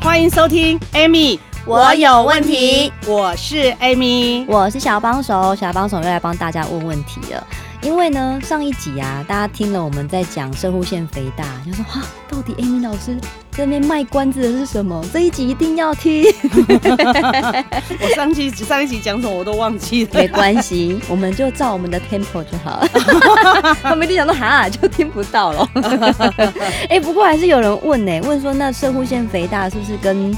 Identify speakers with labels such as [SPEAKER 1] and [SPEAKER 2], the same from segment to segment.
[SPEAKER 1] 欢迎收听 Amy，
[SPEAKER 2] 我有问题，
[SPEAKER 1] 我是 Amy。
[SPEAKER 2] 我是小帮手，小帮手又来帮大家问问题了。因为呢，上一集啊，大家听了我们在讲射护腺肥大，就说哇，到底 Amy 老师在那边卖关子的是什么？这一集一定要听。
[SPEAKER 1] 我上期上一集讲什么我都忘记了。
[SPEAKER 2] 没关 系，我们就照我们的 tempo 就 好了。他们一定想到哈，就听不到了。 哎、不过还是有人问呢、问说那射护腺肥大是不是跟？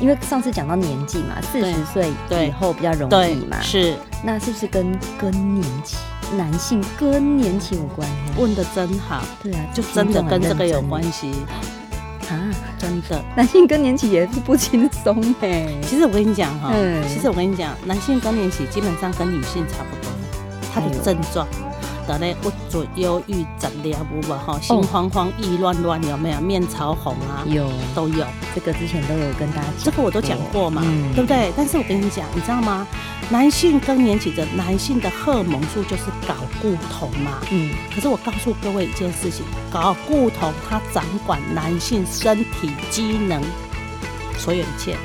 [SPEAKER 2] 因为上次讲到年纪嘛，四
[SPEAKER 1] 对
[SPEAKER 2] 十岁
[SPEAKER 1] 对
[SPEAKER 2] 以后比较容易嘛，
[SPEAKER 1] 是
[SPEAKER 2] 那是不是跟更年期、男性更年期有关？
[SPEAKER 1] 问的真好，
[SPEAKER 2] 对啊，
[SPEAKER 1] 就真的跟这个有关系，
[SPEAKER 2] 啊。
[SPEAKER 1] 真的。
[SPEAKER 2] 男性更年期也是不轻松哎、
[SPEAKER 1] 其实我跟你讲哈
[SPEAKER 2] 嗯，
[SPEAKER 1] 其实我跟你讲，男性更年期基本上跟女性差不多，他
[SPEAKER 2] 哎
[SPEAKER 1] 的
[SPEAKER 2] 呦
[SPEAKER 1] 症状。得嘞，我左忧郁、诊疗无吧哈，
[SPEAKER 2] 哦
[SPEAKER 1] 心慌慌、意乱乱，有没有？面潮红啊，
[SPEAKER 2] 有
[SPEAKER 1] 都有。
[SPEAKER 2] 这个之前都有跟大家
[SPEAKER 1] 这
[SPEAKER 2] 讲，
[SPEAKER 1] 个我都讲过嘛，
[SPEAKER 2] 嗯
[SPEAKER 1] 对不对？但是我跟你讲，你知道吗？男性更年期的男性的荷尔蒙素就是睾固酮嘛。
[SPEAKER 2] 嗯，
[SPEAKER 1] 可是我告诉各位一件事情，睾固酮它掌管男性身体机能所有一切。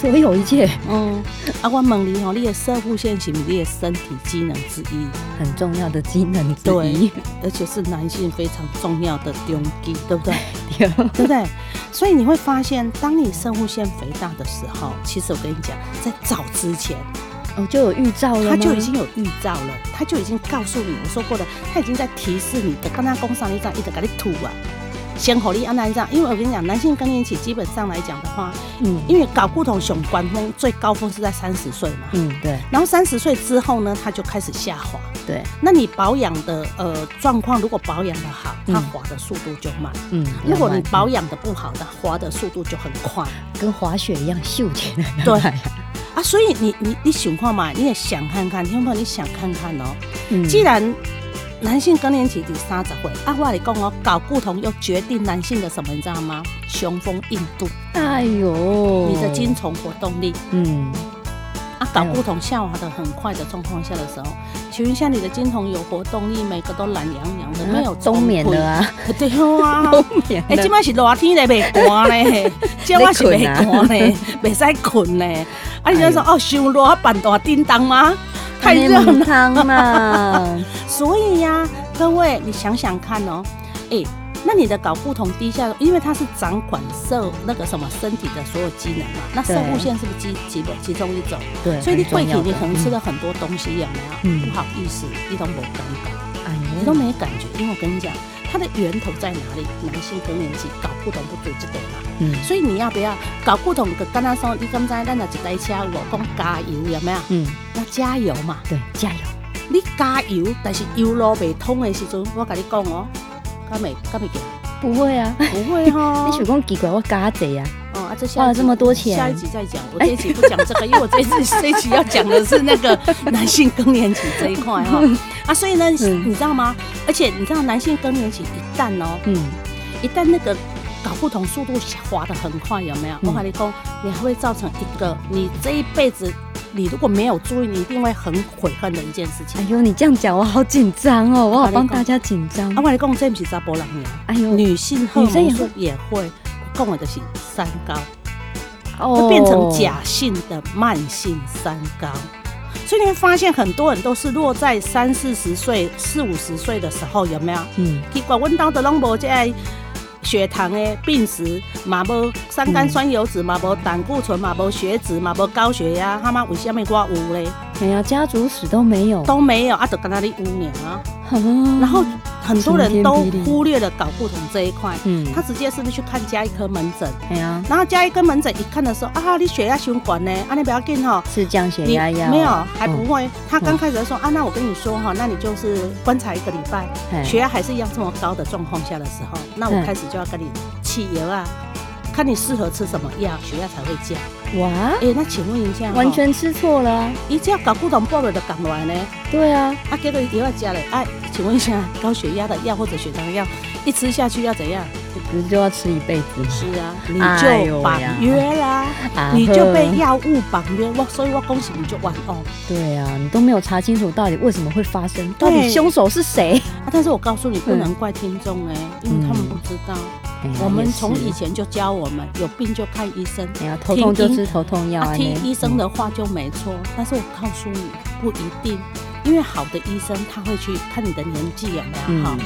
[SPEAKER 2] 所有一切
[SPEAKER 1] 嗯，啊，我问你哦，你的射护腺是不是你的身体机能之一？
[SPEAKER 2] 很重要的机能之一
[SPEAKER 1] 对，而且是男性非常重要的中基，对不对？
[SPEAKER 2] 对
[SPEAKER 1] 对不对？所以你会发现，当你生物腺肥大的时候，其实我跟你讲，在早之前，
[SPEAKER 2] 哦，就有预兆了吗，
[SPEAKER 1] 他就已经有预兆了，他就已经告诉你，我说过了，他已经在提示你的，跟他工商一张一直给你吐啊。先火力安那一张，因为我跟你讲，男性更年期基本上来讲的话，
[SPEAKER 2] 嗯
[SPEAKER 1] 因为睾固酮雄官峰最高峰是在三十岁嘛，
[SPEAKER 2] 嗯，对
[SPEAKER 1] 然后三十岁之后呢，它就开始下滑。
[SPEAKER 2] 对，
[SPEAKER 1] 那你保养的呃状况，如果保养的好，它
[SPEAKER 2] 嗯
[SPEAKER 1] 滑的速度就慢；
[SPEAKER 2] 嗯，
[SPEAKER 1] 如果你
[SPEAKER 2] 慢慢
[SPEAKER 1] 保养的不好，它滑的速度就很快。
[SPEAKER 2] 跟滑雪一样秀起来，
[SPEAKER 1] 对啊，所以你你你想看嘛，你也想看看，听众你想看看哦、
[SPEAKER 2] 嗯
[SPEAKER 1] 既然男性更年期第三十岁，啊，我跟你讲哦，睾固酮又决定男性的什么，你知道吗？雄风硬度，
[SPEAKER 2] 哎呦，
[SPEAKER 1] 你的精虫活动力
[SPEAKER 2] 嗯
[SPEAKER 1] 啊，睾固酮下滑的很快的状况下的时候，请问一下你的精虫有活动力，每个都懒洋洋的，没有
[SPEAKER 2] 啊冬眠了啊，
[SPEAKER 1] 充 沛，对啊。
[SPEAKER 2] 冬眠
[SPEAKER 1] 哎，
[SPEAKER 2] 了
[SPEAKER 1] 今摆是热天嘞，袂寒 嘞，今摆是袂寒
[SPEAKER 2] 啊
[SPEAKER 1] 嘞，袂使困嘞。啊，
[SPEAKER 2] 哎
[SPEAKER 1] 你就说哦，伤热办大叮当吗？太热了
[SPEAKER 2] 了，。嘛，
[SPEAKER 1] 所以呀、各位，你想想看哦，哎、那你的睾固酮低下，因为它是掌管射那个什么身体的所有机能嘛，那射
[SPEAKER 2] 对
[SPEAKER 1] 物腺是不是其其中其中一种？
[SPEAKER 2] 对，
[SPEAKER 1] 所以你
[SPEAKER 2] 很
[SPEAKER 1] 贵
[SPEAKER 2] 重
[SPEAKER 1] 体
[SPEAKER 2] 要的
[SPEAKER 1] 你可能吃
[SPEAKER 2] 嗯
[SPEAKER 1] 了很多东西，有没有？
[SPEAKER 2] 嗯
[SPEAKER 1] 不好意思，你都没感觉，
[SPEAKER 2] 哎呦
[SPEAKER 1] 你都没感觉，因为我跟你讲，它的源头在哪里？男性更年期睾固酮不足这个嘛，
[SPEAKER 2] 嗯
[SPEAKER 1] 所以你要不要睾固酮？跟刚刚说，你刚才咱若一台车，我讲加油有没有？
[SPEAKER 2] 嗯，
[SPEAKER 1] 要加油嘛。
[SPEAKER 2] 对，加油。
[SPEAKER 1] 你加油，但是油路未通的时阵，我跟你讲哦，敢袂敢袂行？
[SPEAKER 2] 不会啊，
[SPEAKER 1] 不会哈、
[SPEAKER 2] 你想讲奇怪，我加贼啊，
[SPEAKER 1] 哦啊，这下一
[SPEAKER 2] 花了
[SPEAKER 1] 集
[SPEAKER 2] 这么多钱
[SPEAKER 1] 下一集再讲。我这一集不讲这 个，因为我这一集这一集要讲的是那个男性更年期这一块哈、啊，所以呢，
[SPEAKER 2] 嗯
[SPEAKER 1] 你知道吗？而且你知道男性更年期一旦哦，
[SPEAKER 2] 嗯，
[SPEAKER 1] 一旦那个睾固酮速度滑得很快，有没有？我跟你讲，你还会造成一个你这一辈子。你如果没有注意，你一定会很悔恨的一件事情
[SPEAKER 2] 哎。呦，你这样讲我好紧张哦，我好
[SPEAKER 1] 我跟
[SPEAKER 2] 帮
[SPEAKER 1] 你讲
[SPEAKER 2] 大家紧张
[SPEAKER 1] 啊，。我跟你讲，这不是查甫人呀，
[SPEAKER 2] 哎呦，
[SPEAKER 1] 女性荷尔
[SPEAKER 2] 女
[SPEAKER 1] 蒙
[SPEAKER 2] 生也
[SPEAKER 1] 素
[SPEAKER 2] 会
[SPEAKER 1] 也会，我讲的就是三高，
[SPEAKER 2] 哦
[SPEAKER 1] 会变成假性的慢性三高。所以你会发现，很多人都是落在三四十岁、四五十岁的时候，有没有？
[SPEAKER 2] 嗯，
[SPEAKER 1] 奇怪，阮兜的拢无这个血糖的病史，嘛无三甘酸油脂，嘛无胆固醇，嘛无血脂，嘛无高血压，他妈为什么我有嘞？
[SPEAKER 2] 哦 哎呀，家族史都没有，
[SPEAKER 1] 都没有啊，就跟他哩有尔啊。
[SPEAKER 2] 然
[SPEAKER 1] 然后很多人都
[SPEAKER 2] 晴天霹雳
[SPEAKER 1] 忽略了睾固酮这一块，
[SPEAKER 2] 嗯，
[SPEAKER 1] 他直接是不是去看加医科门诊？
[SPEAKER 2] 哎呀，
[SPEAKER 1] 然后加医科门诊一看的时候啊，你血压循环呢，啊你不要紧哈，
[SPEAKER 2] 是降血
[SPEAKER 1] 你
[SPEAKER 2] 压药，
[SPEAKER 1] 没有啊还不
[SPEAKER 2] 嗯
[SPEAKER 1] 会。他刚开始说啊，那我跟你说哈，那你就是观察一个礼拜，
[SPEAKER 2] 嘿
[SPEAKER 1] 血压还是一样这么高的状况下的时候，那
[SPEAKER 2] 哎嗯
[SPEAKER 1] 我开始就要跟你汽油啊，看你适合吃什么药，血压才会降。
[SPEAKER 2] 哇，
[SPEAKER 1] 哎，那请问一下，
[SPEAKER 2] 完全吃错了啊，
[SPEAKER 1] 一定要搞不懂报的港湾呢？
[SPEAKER 2] 对啊，
[SPEAKER 1] 啊，给了也要加了。哎，请问一下，高血压的药或者血糖药，一吃下去要怎样？
[SPEAKER 2] 不是就要吃一辈子吗？
[SPEAKER 1] 是啊，你
[SPEAKER 2] 哎
[SPEAKER 1] 就
[SPEAKER 2] 呦
[SPEAKER 1] 绑
[SPEAKER 2] 呀
[SPEAKER 1] 约啦，
[SPEAKER 2] 啊
[SPEAKER 1] 你就
[SPEAKER 2] 呵
[SPEAKER 1] 被药物绑约。我所以，我恭喜你就完哦。
[SPEAKER 2] 对啊，你都没有查清楚到底为什么会发生，到底
[SPEAKER 1] 对
[SPEAKER 2] 凶手是谁？
[SPEAKER 1] 啊，但是我告诉你，不
[SPEAKER 2] 嗯
[SPEAKER 1] 能怪听众哎，因为他们不知道。
[SPEAKER 2] 哎呀
[SPEAKER 1] 我们
[SPEAKER 2] 嗯也是
[SPEAKER 1] 从以前就教我们，有病就看医生。
[SPEAKER 2] 哎呀，头痛就吃头痛药
[SPEAKER 1] 啊，
[SPEAKER 2] 啊，
[SPEAKER 1] 听
[SPEAKER 2] 那
[SPEAKER 1] 医生的话就没错，但是我告诉你不一定，因为好的医生他会去看你的年纪有没有哈
[SPEAKER 2] 嗯，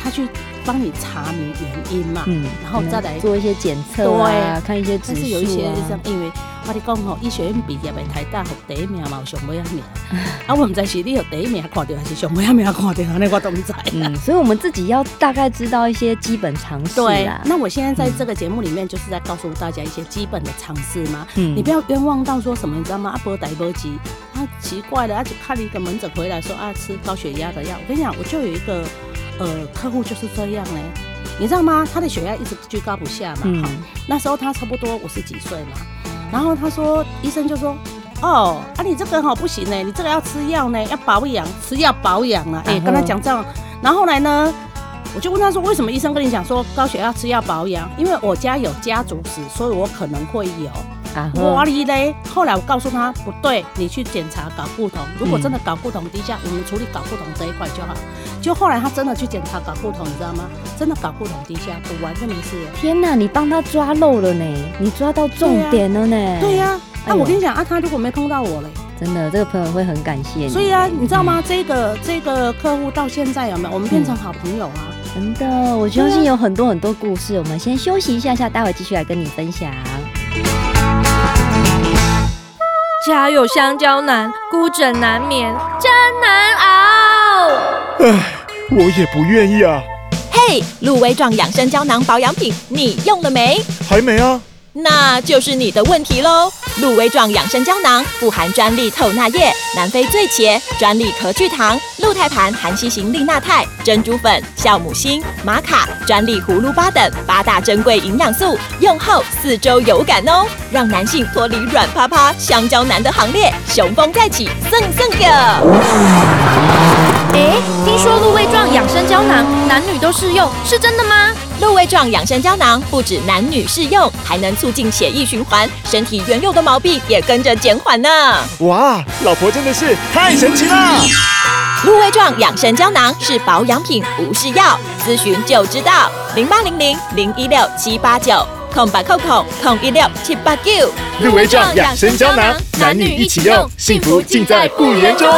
[SPEAKER 1] 他去帮你查明原因嘛。
[SPEAKER 2] 嗯，
[SPEAKER 1] 然后再来
[SPEAKER 2] 可能做一些检测啊，看一些指
[SPEAKER 1] 但
[SPEAKER 2] 数
[SPEAKER 1] 是有一些医生
[SPEAKER 2] 啊，，
[SPEAKER 1] 因为我哋讲哦吼，医学院毕业的台大学第一名嘛，有上尾一名。 啊，我唔知是你学第一名看到，还是上尾一名看到，安尼我都唔知。
[SPEAKER 2] 嗯，所以我们自己要大概知道一些基本常识
[SPEAKER 1] 对
[SPEAKER 2] 啦，。
[SPEAKER 1] 那我现在在这个节目里面，就是在告诉大家一些基本的常识嘛。
[SPEAKER 2] 嗯
[SPEAKER 1] 你不要冤枉到说什么，你知道吗？啊，波逮波急，啊，奇怪了，啊，就看了一个门诊回来说啊，吃高血压的药。我跟你讲，我就有一个呃客户就是这样嘞，你知道吗？他的血压一直居高不下嘛，哈、
[SPEAKER 2] 嗯，
[SPEAKER 1] 那时候他差不多五十几岁嘛，然后他说医生就说。哦，啊，你这个哈不行呢，你这个要吃药呢，要保养，吃药保养啊。哎、
[SPEAKER 2] 然后
[SPEAKER 1] 跟他讲这样，然后后来呢，我就问他说，为什么医生跟你讲说高血压吃药保养？因为我家有家族史，所以我可能会有。
[SPEAKER 2] 啊
[SPEAKER 1] 哇
[SPEAKER 2] 呵，
[SPEAKER 1] 哩嘞！后来我告诉他不对，你去检查睾固酮。如果真的睾固酮低下，我们处理睾固酮这一块就好。就后来他真的去检查睾固酮，你知道吗？真的睾固酮低下，补完就没事了。
[SPEAKER 2] 天哪，你帮他抓漏了呢，你抓到重点了呢。
[SPEAKER 1] 对呀、
[SPEAKER 2] 哎
[SPEAKER 1] 那、
[SPEAKER 2] 呦
[SPEAKER 1] 我跟你讲啊，他如果没碰到我嘞，
[SPEAKER 2] 真的，这个朋友会很感谢你。
[SPEAKER 1] 所以啊，你知道
[SPEAKER 2] 嗯
[SPEAKER 1] 吗？这个这个客户到现在有没有？我们变成好朋友啊。
[SPEAKER 2] 嗯真的，我相信有很多很多故事。我们先休息一下下，待会继续来跟你分享。
[SPEAKER 3] 家有香蕉难，孤枕难眠，真难熬。
[SPEAKER 4] 我也不愿意啊，
[SPEAKER 3] 嘿，鹿威壮养生胶囊保养品，你用了没？
[SPEAKER 4] 还没啊，
[SPEAKER 3] 那就是你的问题喽。鹿威壮养生胶囊富含专利透钠液、南非醉茄、专利壳聚糖、鹿胎盘含硒型利钠肽、珍珠粉、酵母锌、玛卡、专利葫芦巴等八大珍贵营养素，用后四周有感哦，让男性脱离软趴趴香蕉男的行列，雄风再起，赠赠个。
[SPEAKER 5] 诶，听说鹿胃壮养生胶囊男女都适用，是真的吗？
[SPEAKER 3] 鹿胃状养生胶囊不止男女适用，还能促进血液循环，身体原有的毛病也跟着减缓呢。
[SPEAKER 4] 哇，老婆真的是太神奇了。
[SPEAKER 3] 鹿胃状养生胶囊是保养品，不是药，咨询就知道。零八零零零一六七八九，空白扣扣空一六七八九。
[SPEAKER 4] 鹿威壮养生胶囊，男女一起用，幸福尽在不言中。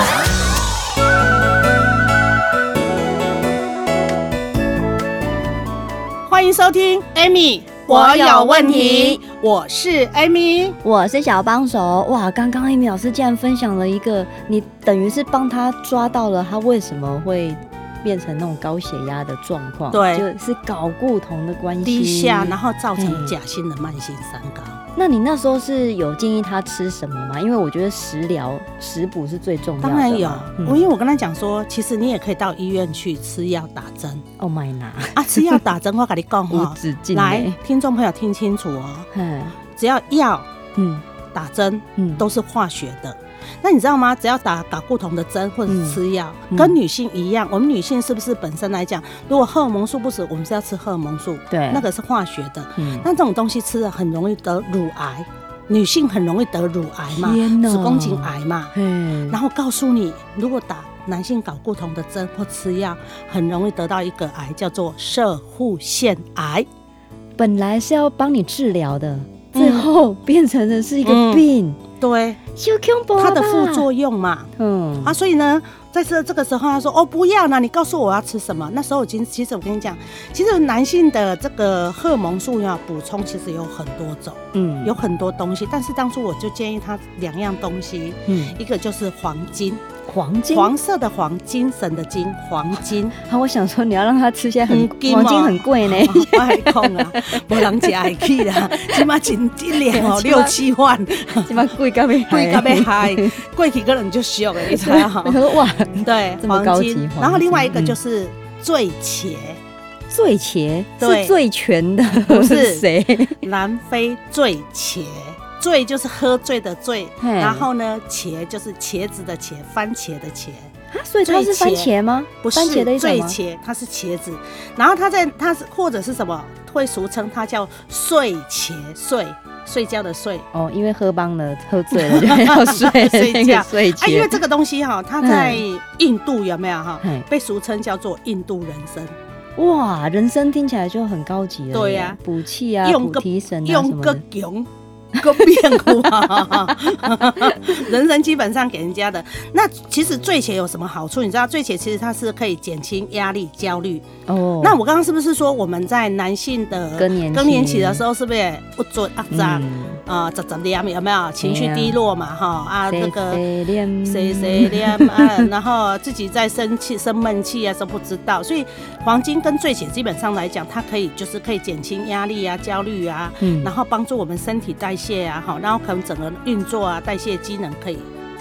[SPEAKER 1] 欢迎收听 Amy，
[SPEAKER 2] 嗯我有问题，
[SPEAKER 1] 我是 Amy。
[SPEAKER 2] 我是小帮手，哇，刚刚 Amy 老师竟然分享了一个，你等于是帮他抓到了他为什么会变成那种高血压的状况，
[SPEAKER 1] 对
[SPEAKER 2] 就是睾固酮的关系
[SPEAKER 1] 低下，然
[SPEAKER 2] 后，
[SPEAKER 1] 后造成
[SPEAKER 2] 嗯
[SPEAKER 1] 假性的慢性三高。
[SPEAKER 2] 那你那时候是有建议他吃什么吗？因为我觉得食疗、食补是最重要的嘛。
[SPEAKER 1] 当然有，我、因
[SPEAKER 2] 嗯、
[SPEAKER 1] 为我跟他讲说，其实你也可以到医院去吃药打针
[SPEAKER 2] ，Oh my 呐，
[SPEAKER 1] 啊，吃药打针，我跟你讲
[SPEAKER 2] 无
[SPEAKER 1] 哈，
[SPEAKER 2] 止境
[SPEAKER 1] 来
[SPEAKER 2] 欸，，
[SPEAKER 1] 听众朋友听清楚哦，
[SPEAKER 2] 嗯
[SPEAKER 1] 只要药
[SPEAKER 2] 嗯
[SPEAKER 1] 打针
[SPEAKER 2] 嗯，
[SPEAKER 1] 都是化学的。那你知道吗？只要打睾固酮的针或者是吃药，
[SPEAKER 2] 嗯
[SPEAKER 1] 跟女性一样，我们女性是不是本身来讲，如果荷尔蒙素不足，我们是要吃荷尔蒙素，
[SPEAKER 2] 对，
[SPEAKER 1] 那个是化学的。
[SPEAKER 2] 嗯
[SPEAKER 1] 那这种东西吃了很容易得乳癌，女性很容易得乳癌嘛，
[SPEAKER 2] 天哪
[SPEAKER 1] 子宫颈癌嘛。
[SPEAKER 2] 嗯
[SPEAKER 1] 然后告诉你，如果打男性睾固酮的针或吃药，很容易得到一个癌，叫做射护腺癌。
[SPEAKER 2] 本来是要帮你治疗的，
[SPEAKER 1] 嗯
[SPEAKER 2] 最后变成的是一个病，
[SPEAKER 1] 对，
[SPEAKER 2] 小恐怖
[SPEAKER 1] 它的
[SPEAKER 2] 吧
[SPEAKER 1] 副作用嘛，
[SPEAKER 2] 嗯
[SPEAKER 1] 啊，所以呢，在这这个时候，他说：“哦，不要啦，你告诉我要吃什么。”那时候已经，其实我跟你讲，其实男性的这个荷尔蒙素要补充，其实有很多种，
[SPEAKER 2] 嗯
[SPEAKER 1] 有很多东西。但是当初我就建议他两样东西，
[SPEAKER 2] 嗯
[SPEAKER 1] 一个就是黄金，
[SPEAKER 2] 黄金，
[SPEAKER 1] 黄色的黄，精神的精，黄金。
[SPEAKER 2] 啊，我想说你要让他吃些很
[SPEAKER 1] 黄金哦
[SPEAKER 2] 黄金很贵呢，
[SPEAKER 1] 我还讲啊，无人食会起啦，即马真一两 哦六七万，
[SPEAKER 2] 起码贵个没
[SPEAKER 1] 贵到要 嗨，贵起可能就俗的，你知道哈
[SPEAKER 2] 我？想说哇，
[SPEAKER 1] 对，
[SPEAKER 2] 这么高
[SPEAKER 1] 黄
[SPEAKER 2] 级
[SPEAKER 1] 金
[SPEAKER 2] 黄。金
[SPEAKER 1] 然后另外一个就是醉茄，
[SPEAKER 2] 醉茄
[SPEAKER 1] 对
[SPEAKER 2] 是醉拳的，
[SPEAKER 1] 不 是
[SPEAKER 2] 谁？
[SPEAKER 1] 南非醉茄。醉就是喝醉的醉，
[SPEAKER 2] 嘿
[SPEAKER 1] 然后呢，茄就是茄子的茄，番茄的茄，
[SPEAKER 2] 啊所以它是番茄吗？
[SPEAKER 1] 不是
[SPEAKER 2] 番茄的一种
[SPEAKER 1] 醉
[SPEAKER 2] 吗？
[SPEAKER 1] 茄，它是茄子。然后它在它是或者是什么，会俗称它叫睡茄，睡睡觉的睡，
[SPEAKER 2] 哦，因为喝帮了，喝醉了就 要睡，
[SPEAKER 1] 睡
[SPEAKER 2] 那
[SPEAKER 1] 觉
[SPEAKER 2] 个睡
[SPEAKER 1] 啊，因为
[SPEAKER 2] 茄。
[SPEAKER 1] 这个东西哈、它在印度有没有哈、
[SPEAKER 2] 嗯
[SPEAKER 1] 被俗称叫做印度人参，
[SPEAKER 2] 哇，人参听起来就很高级了耶，
[SPEAKER 1] 对呀
[SPEAKER 2] 补气啊，
[SPEAKER 1] 用
[SPEAKER 2] 补
[SPEAKER 1] 个
[SPEAKER 2] 提神啊什
[SPEAKER 1] 用
[SPEAKER 2] 么
[SPEAKER 1] 个
[SPEAKER 2] 的。
[SPEAKER 1] 穷。个变化， 人参基本上给人家的。那其实醉茄有什么好处？你知道醉茄其实它是可以减轻压力、焦虑。
[SPEAKER 2] 哦，
[SPEAKER 1] 那我刚刚是不是说我们在男性的
[SPEAKER 2] 更年期
[SPEAKER 1] 更年期的时候，是不是也不准啊？咋
[SPEAKER 2] 嗯
[SPEAKER 1] 啊？咋咋的呀？有没有情绪低落嘛？哈啊，这个
[SPEAKER 2] 哎谁练
[SPEAKER 1] 谁谁的 啊，然后自己在生气、生闷气啊，都不知道。所以黄金跟醉血基本上来讲，它可以就是可以减轻压力啊、焦虑啊，
[SPEAKER 2] 嗯
[SPEAKER 1] 然后帮助我们身体代谢啊，好，然后可能整个运作啊、代谢机能可以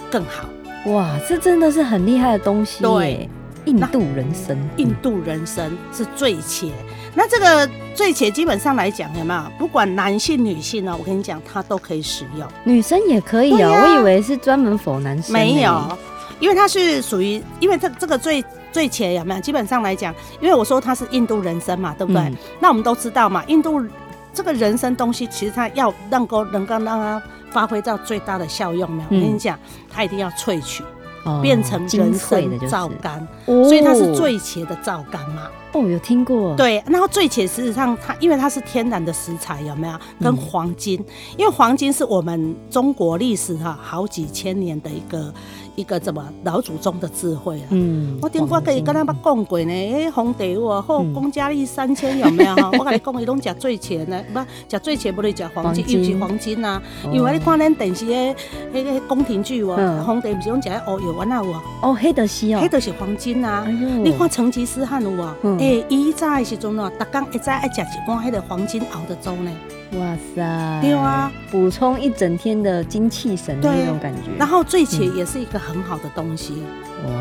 [SPEAKER 1] 更好。
[SPEAKER 2] 哇，这真的是很厉害的东西耶
[SPEAKER 1] 对！
[SPEAKER 2] 印度人参，嗯
[SPEAKER 1] 印度人参是最茄，那这个最茄基本上来讲，有没有？不管男性、女性啊呢，我跟你讲，它都可以使用。
[SPEAKER 2] 女生也可以哦，我以为是专门否男生，
[SPEAKER 1] 没有，，因为它是属于，因为这这个最最前有没有？基本上来讲，因为我说它是印度人参嘛，对不对？
[SPEAKER 2] 嗯
[SPEAKER 1] 那我们都知道嘛，印度这个人参东西，其实它要能够能够让它发挥到最大的效用，没有？
[SPEAKER 2] 嗯
[SPEAKER 1] 我跟你讲，它一定要萃取，
[SPEAKER 2] 哦
[SPEAKER 1] 变成
[SPEAKER 2] 精
[SPEAKER 1] 人
[SPEAKER 2] 粹的就
[SPEAKER 1] 参
[SPEAKER 2] 是
[SPEAKER 1] 皂苷，
[SPEAKER 2] 哦
[SPEAKER 1] 所以它是最前的皂苷嘛。
[SPEAKER 2] 哦，有听过，，
[SPEAKER 1] 对，然后最且事实上它因为它是天然的食材，有没有？跟
[SPEAKER 2] 嗯
[SPEAKER 1] 黄金，因为黄金是我们中国历史哈、好几千年的一个一个怎么老祖宗的智慧啊。
[SPEAKER 2] 嗯
[SPEAKER 1] 我顶过跟伊跟他捌讲过呢，诶，皇帝哦我后宫佳丽三千有没有哈？我跟你讲，伊拢食最钱呢，不食最钱不是食黄金，
[SPEAKER 2] 黄金
[SPEAKER 1] 尤其黄金啊。
[SPEAKER 2] 哦
[SPEAKER 1] 因为你看咱电视的迄个宫廷剧哦
[SPEAKER 2] 嗯，
[SPEAKER 1] 皇帝不是拢食黑药丸啊有啊，
[SPEAKER 2] 哦，黑的西哦
[SPEAKER 1] 迄，就是黄金啊。
[SPEAKER 2] 哎呦，
[SPEAKER 1] 你看成吉思汗有无？
[SPEAKER 2] 嗯
[SPEAKER 1] 诶、伊早的时阵哦，逐工一早爱食一碗迄个黄金熬的粥呢。
[SPEAKER 2] 哇塞，
[SPEAKER 1] 对啊，
[SPEAKER 2] 补充一整天的精气神的
[SPEAKER 1] 对
[SPEAKER 2] 那种感觉，
[SPEAKER 1] 然后醉茄
[SPEAKER 2] 嗯
[SPEAKER 1] 也是一个很好的东西，
[SPEAKER 2] 哇，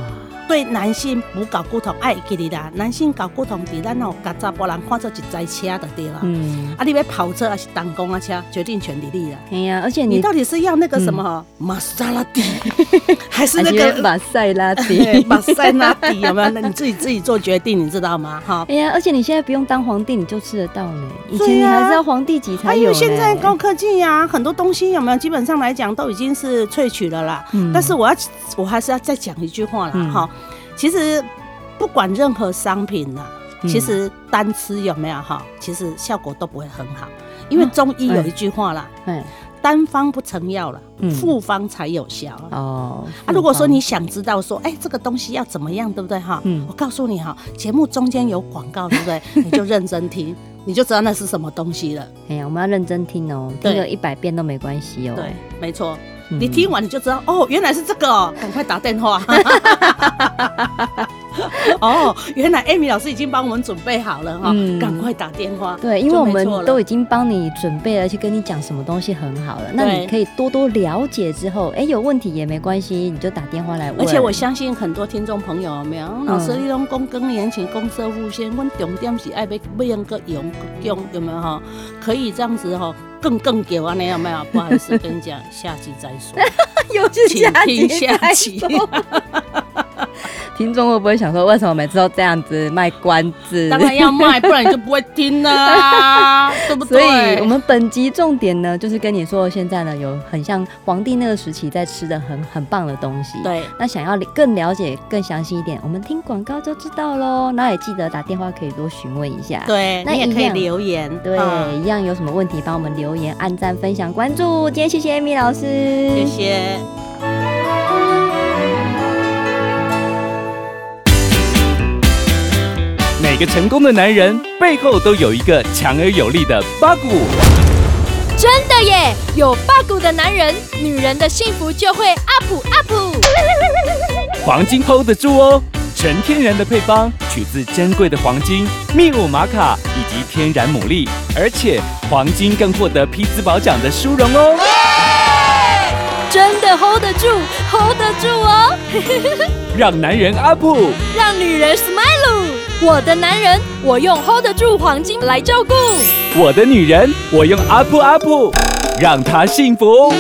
[SPEAKER 1] 对男性补睾固酮爱记哩啦。男性睾固酮伫咱哦，甲查甫人看做一台车就对啦。
[SPEAKER 2] 嗯，
[SPEAKER 1] 啊，你要跑车还是当公啊车，决定权伫你啦。
[SPEAKER 2] 哎呀，而且
[SPEAKER 1] 你
[SPEAKER 2] 你
[SPEAKER 1] 到底是要那个什么玛莎拉蒂， 还是
[SPEAKER 2] 嗯
[SPEAKER 1] 那
[SPEAKER 2] 还 是
[SPEAKER 1] 个
[SPEAKER 2] 把塞拉
[SPEAKER 1] 对
[SPEAKER 2] 提。
[SPEAKER 1] 玛莎拉蒂？有没有？那你自己自己做决定，你知道吗？哈。
[SPEAKER 2] 哎呀，而且你现在不用当皇帝，你就吃得到呢。以前
[SPEAKER 1] 对
[SPEAKER 2] 你
[SPEAKER 1] 呀
[SPEAKER 2] 还是要皇帝级才
[SPEAKER 1] 啊，因
[SPEAKER 2] 有
[SPEAKER 1] 为
[SPEAKER 2] 呢。
[SPEAKER 1] 现在高科技呀、很多东西有没有？基本上来讲都已经是萃取了啦。
[SPEAKER 2] 嗯
[SPEAKER 1] 但是我要，我还是要再讲一句话啦，
[SPEAKER 2] 嗯
[SPEAKER 1] 哈、其实不管任何商品啦，
[SPEAKER 2] 嗯
[SPEAKER 1] 其实单吃有没有哈，其实效果都不会很好，因为中医有一句话啦，
[SPEAKER 2] 哎
[SPEAKER 1] 单方不成药了
[SPEAKER 2] 嗯，
[SPEAKER 1] 复方才有效。
[SPEAKER 2] 哦，
[SPEAKER 1] 啊，如果说你想知道说，哎、这个东西要怎么样，对不对哈？
[SPEAKER 2] 嗯
[SPEAKER 1] 我告诉你哈，节目中间有广告，对不对？你就认真 听，你就知道那是什么东西了。
[SPEAKER 2] 哎呀，我们要认真听哦，
[SPEAKER 1] 对
[SPEAKER 2] 听个一百遍都没关系哦。
[SPEAKER 1] 对，没错。
[SPEAKER 2] 嗯，
[SPEAKER 1] 你听完你就知道哦，原来是这个哦，赶快打电 话。哦，原来 Amy 老师已经帮我们准备好了哈、哦
[SPEAKER 2] 嗯
[SPEAKER 1] 赶快打电话。
[SPEAKER 2] 对，因为我们
[SPEAKER 1] 就没错了
[SPEAKER 2] 都已经帮你准备了，而且跟你讲什么东西很好了，那
[SPEAKER 1] 对
[SPEAKER 2] 你可以多多了解之后，哎，有问题也没关系，你就打电话来问。
[SPEAKER 1] 而 且我相信很多听众朋友有没有，
[SPEAKER 2] 嗯
[SPEAKER 1] 老师你拢讲更年期、公社路线，阮重点是爱要要用个用用有没有哈？可以这样子哈，更更给完了有没 有？不好意思，跟你讲，下集再说。
[SPEAKER 2] 又是
[SPEAKER 1] 请听下
[SPEAKER 2] 再
[SPEAKER 1] 集
[SPEAKER 2] 说。听众会不会想说，为什么每次都这样子卖关子？
[SPEAKER 1] 当然要卖，不然你就不会听啦、对不
[SPEAKER 2] 所
[SPEAKER 1] 对？
[SPEAKER 2] 以，我们本集重点呢，就是跟你说，现在呢有很像皇帝那个时期在吃的很很棒的东西。。
[SPEAKER 1] 对。
[SPEAKER 2] 那想要了更了解、更详细一点，我们听广告就知道喽。那也记得打电话可以多询问一下。
[SPEAKER 1] 对，
[SPEAKER 2] 那
[SPEAKER 1] 你也
[SPEAKER 2] 一
[SPEAKER 1] 可以
[SPEAKER 2] 样
[SPEAKER 1] 留言。
[SPEAKER 2] 对，
[SPEAKER 1] 啊
[SPEAKER 2] 一样有什么问题，帮我们留言、按赞、分享、关注。今天谢谢 Amy 老师，
[SPEAKER 1] 谢谢。
[SPEAKER 6] 每个成功的男人背后都有一个强而有力的八股。
[SPEAKER 5] 真的耶！有 bug 的男人，女人的幸福就会 up up。
[SPEAKER 6] 黄金 hold 得住哦。纯天然的配方，取自珍贵的黄金、秘鲁玛卡以及天然牡蛎，而且黄金更获得匹兹堡奖的殊荣哦。
[SPEAKER 5] 真的 hold 得住，hold 得住哦！
[SPEAKER 6] 让男人 up，
[SPEAKER 5] 让女人 smile，我的男人，我用 hold 得住黄金来照顾。
[SPEAKER 6] 我的女人，我用 up up，让她幸福。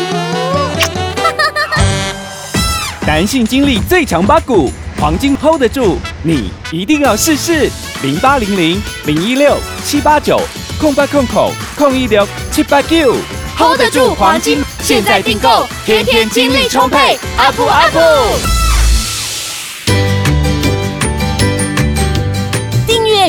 [SPEAKER 6] 男性精力最强八股，黄金 hold 得住，你一定要试试。零八零零零一六七八九空八空口空一六七八九。
[SPEAKER 5] hold 得住黄金，现在订购，天天精力充沛，up up。
[SPEAKER 3] 订阅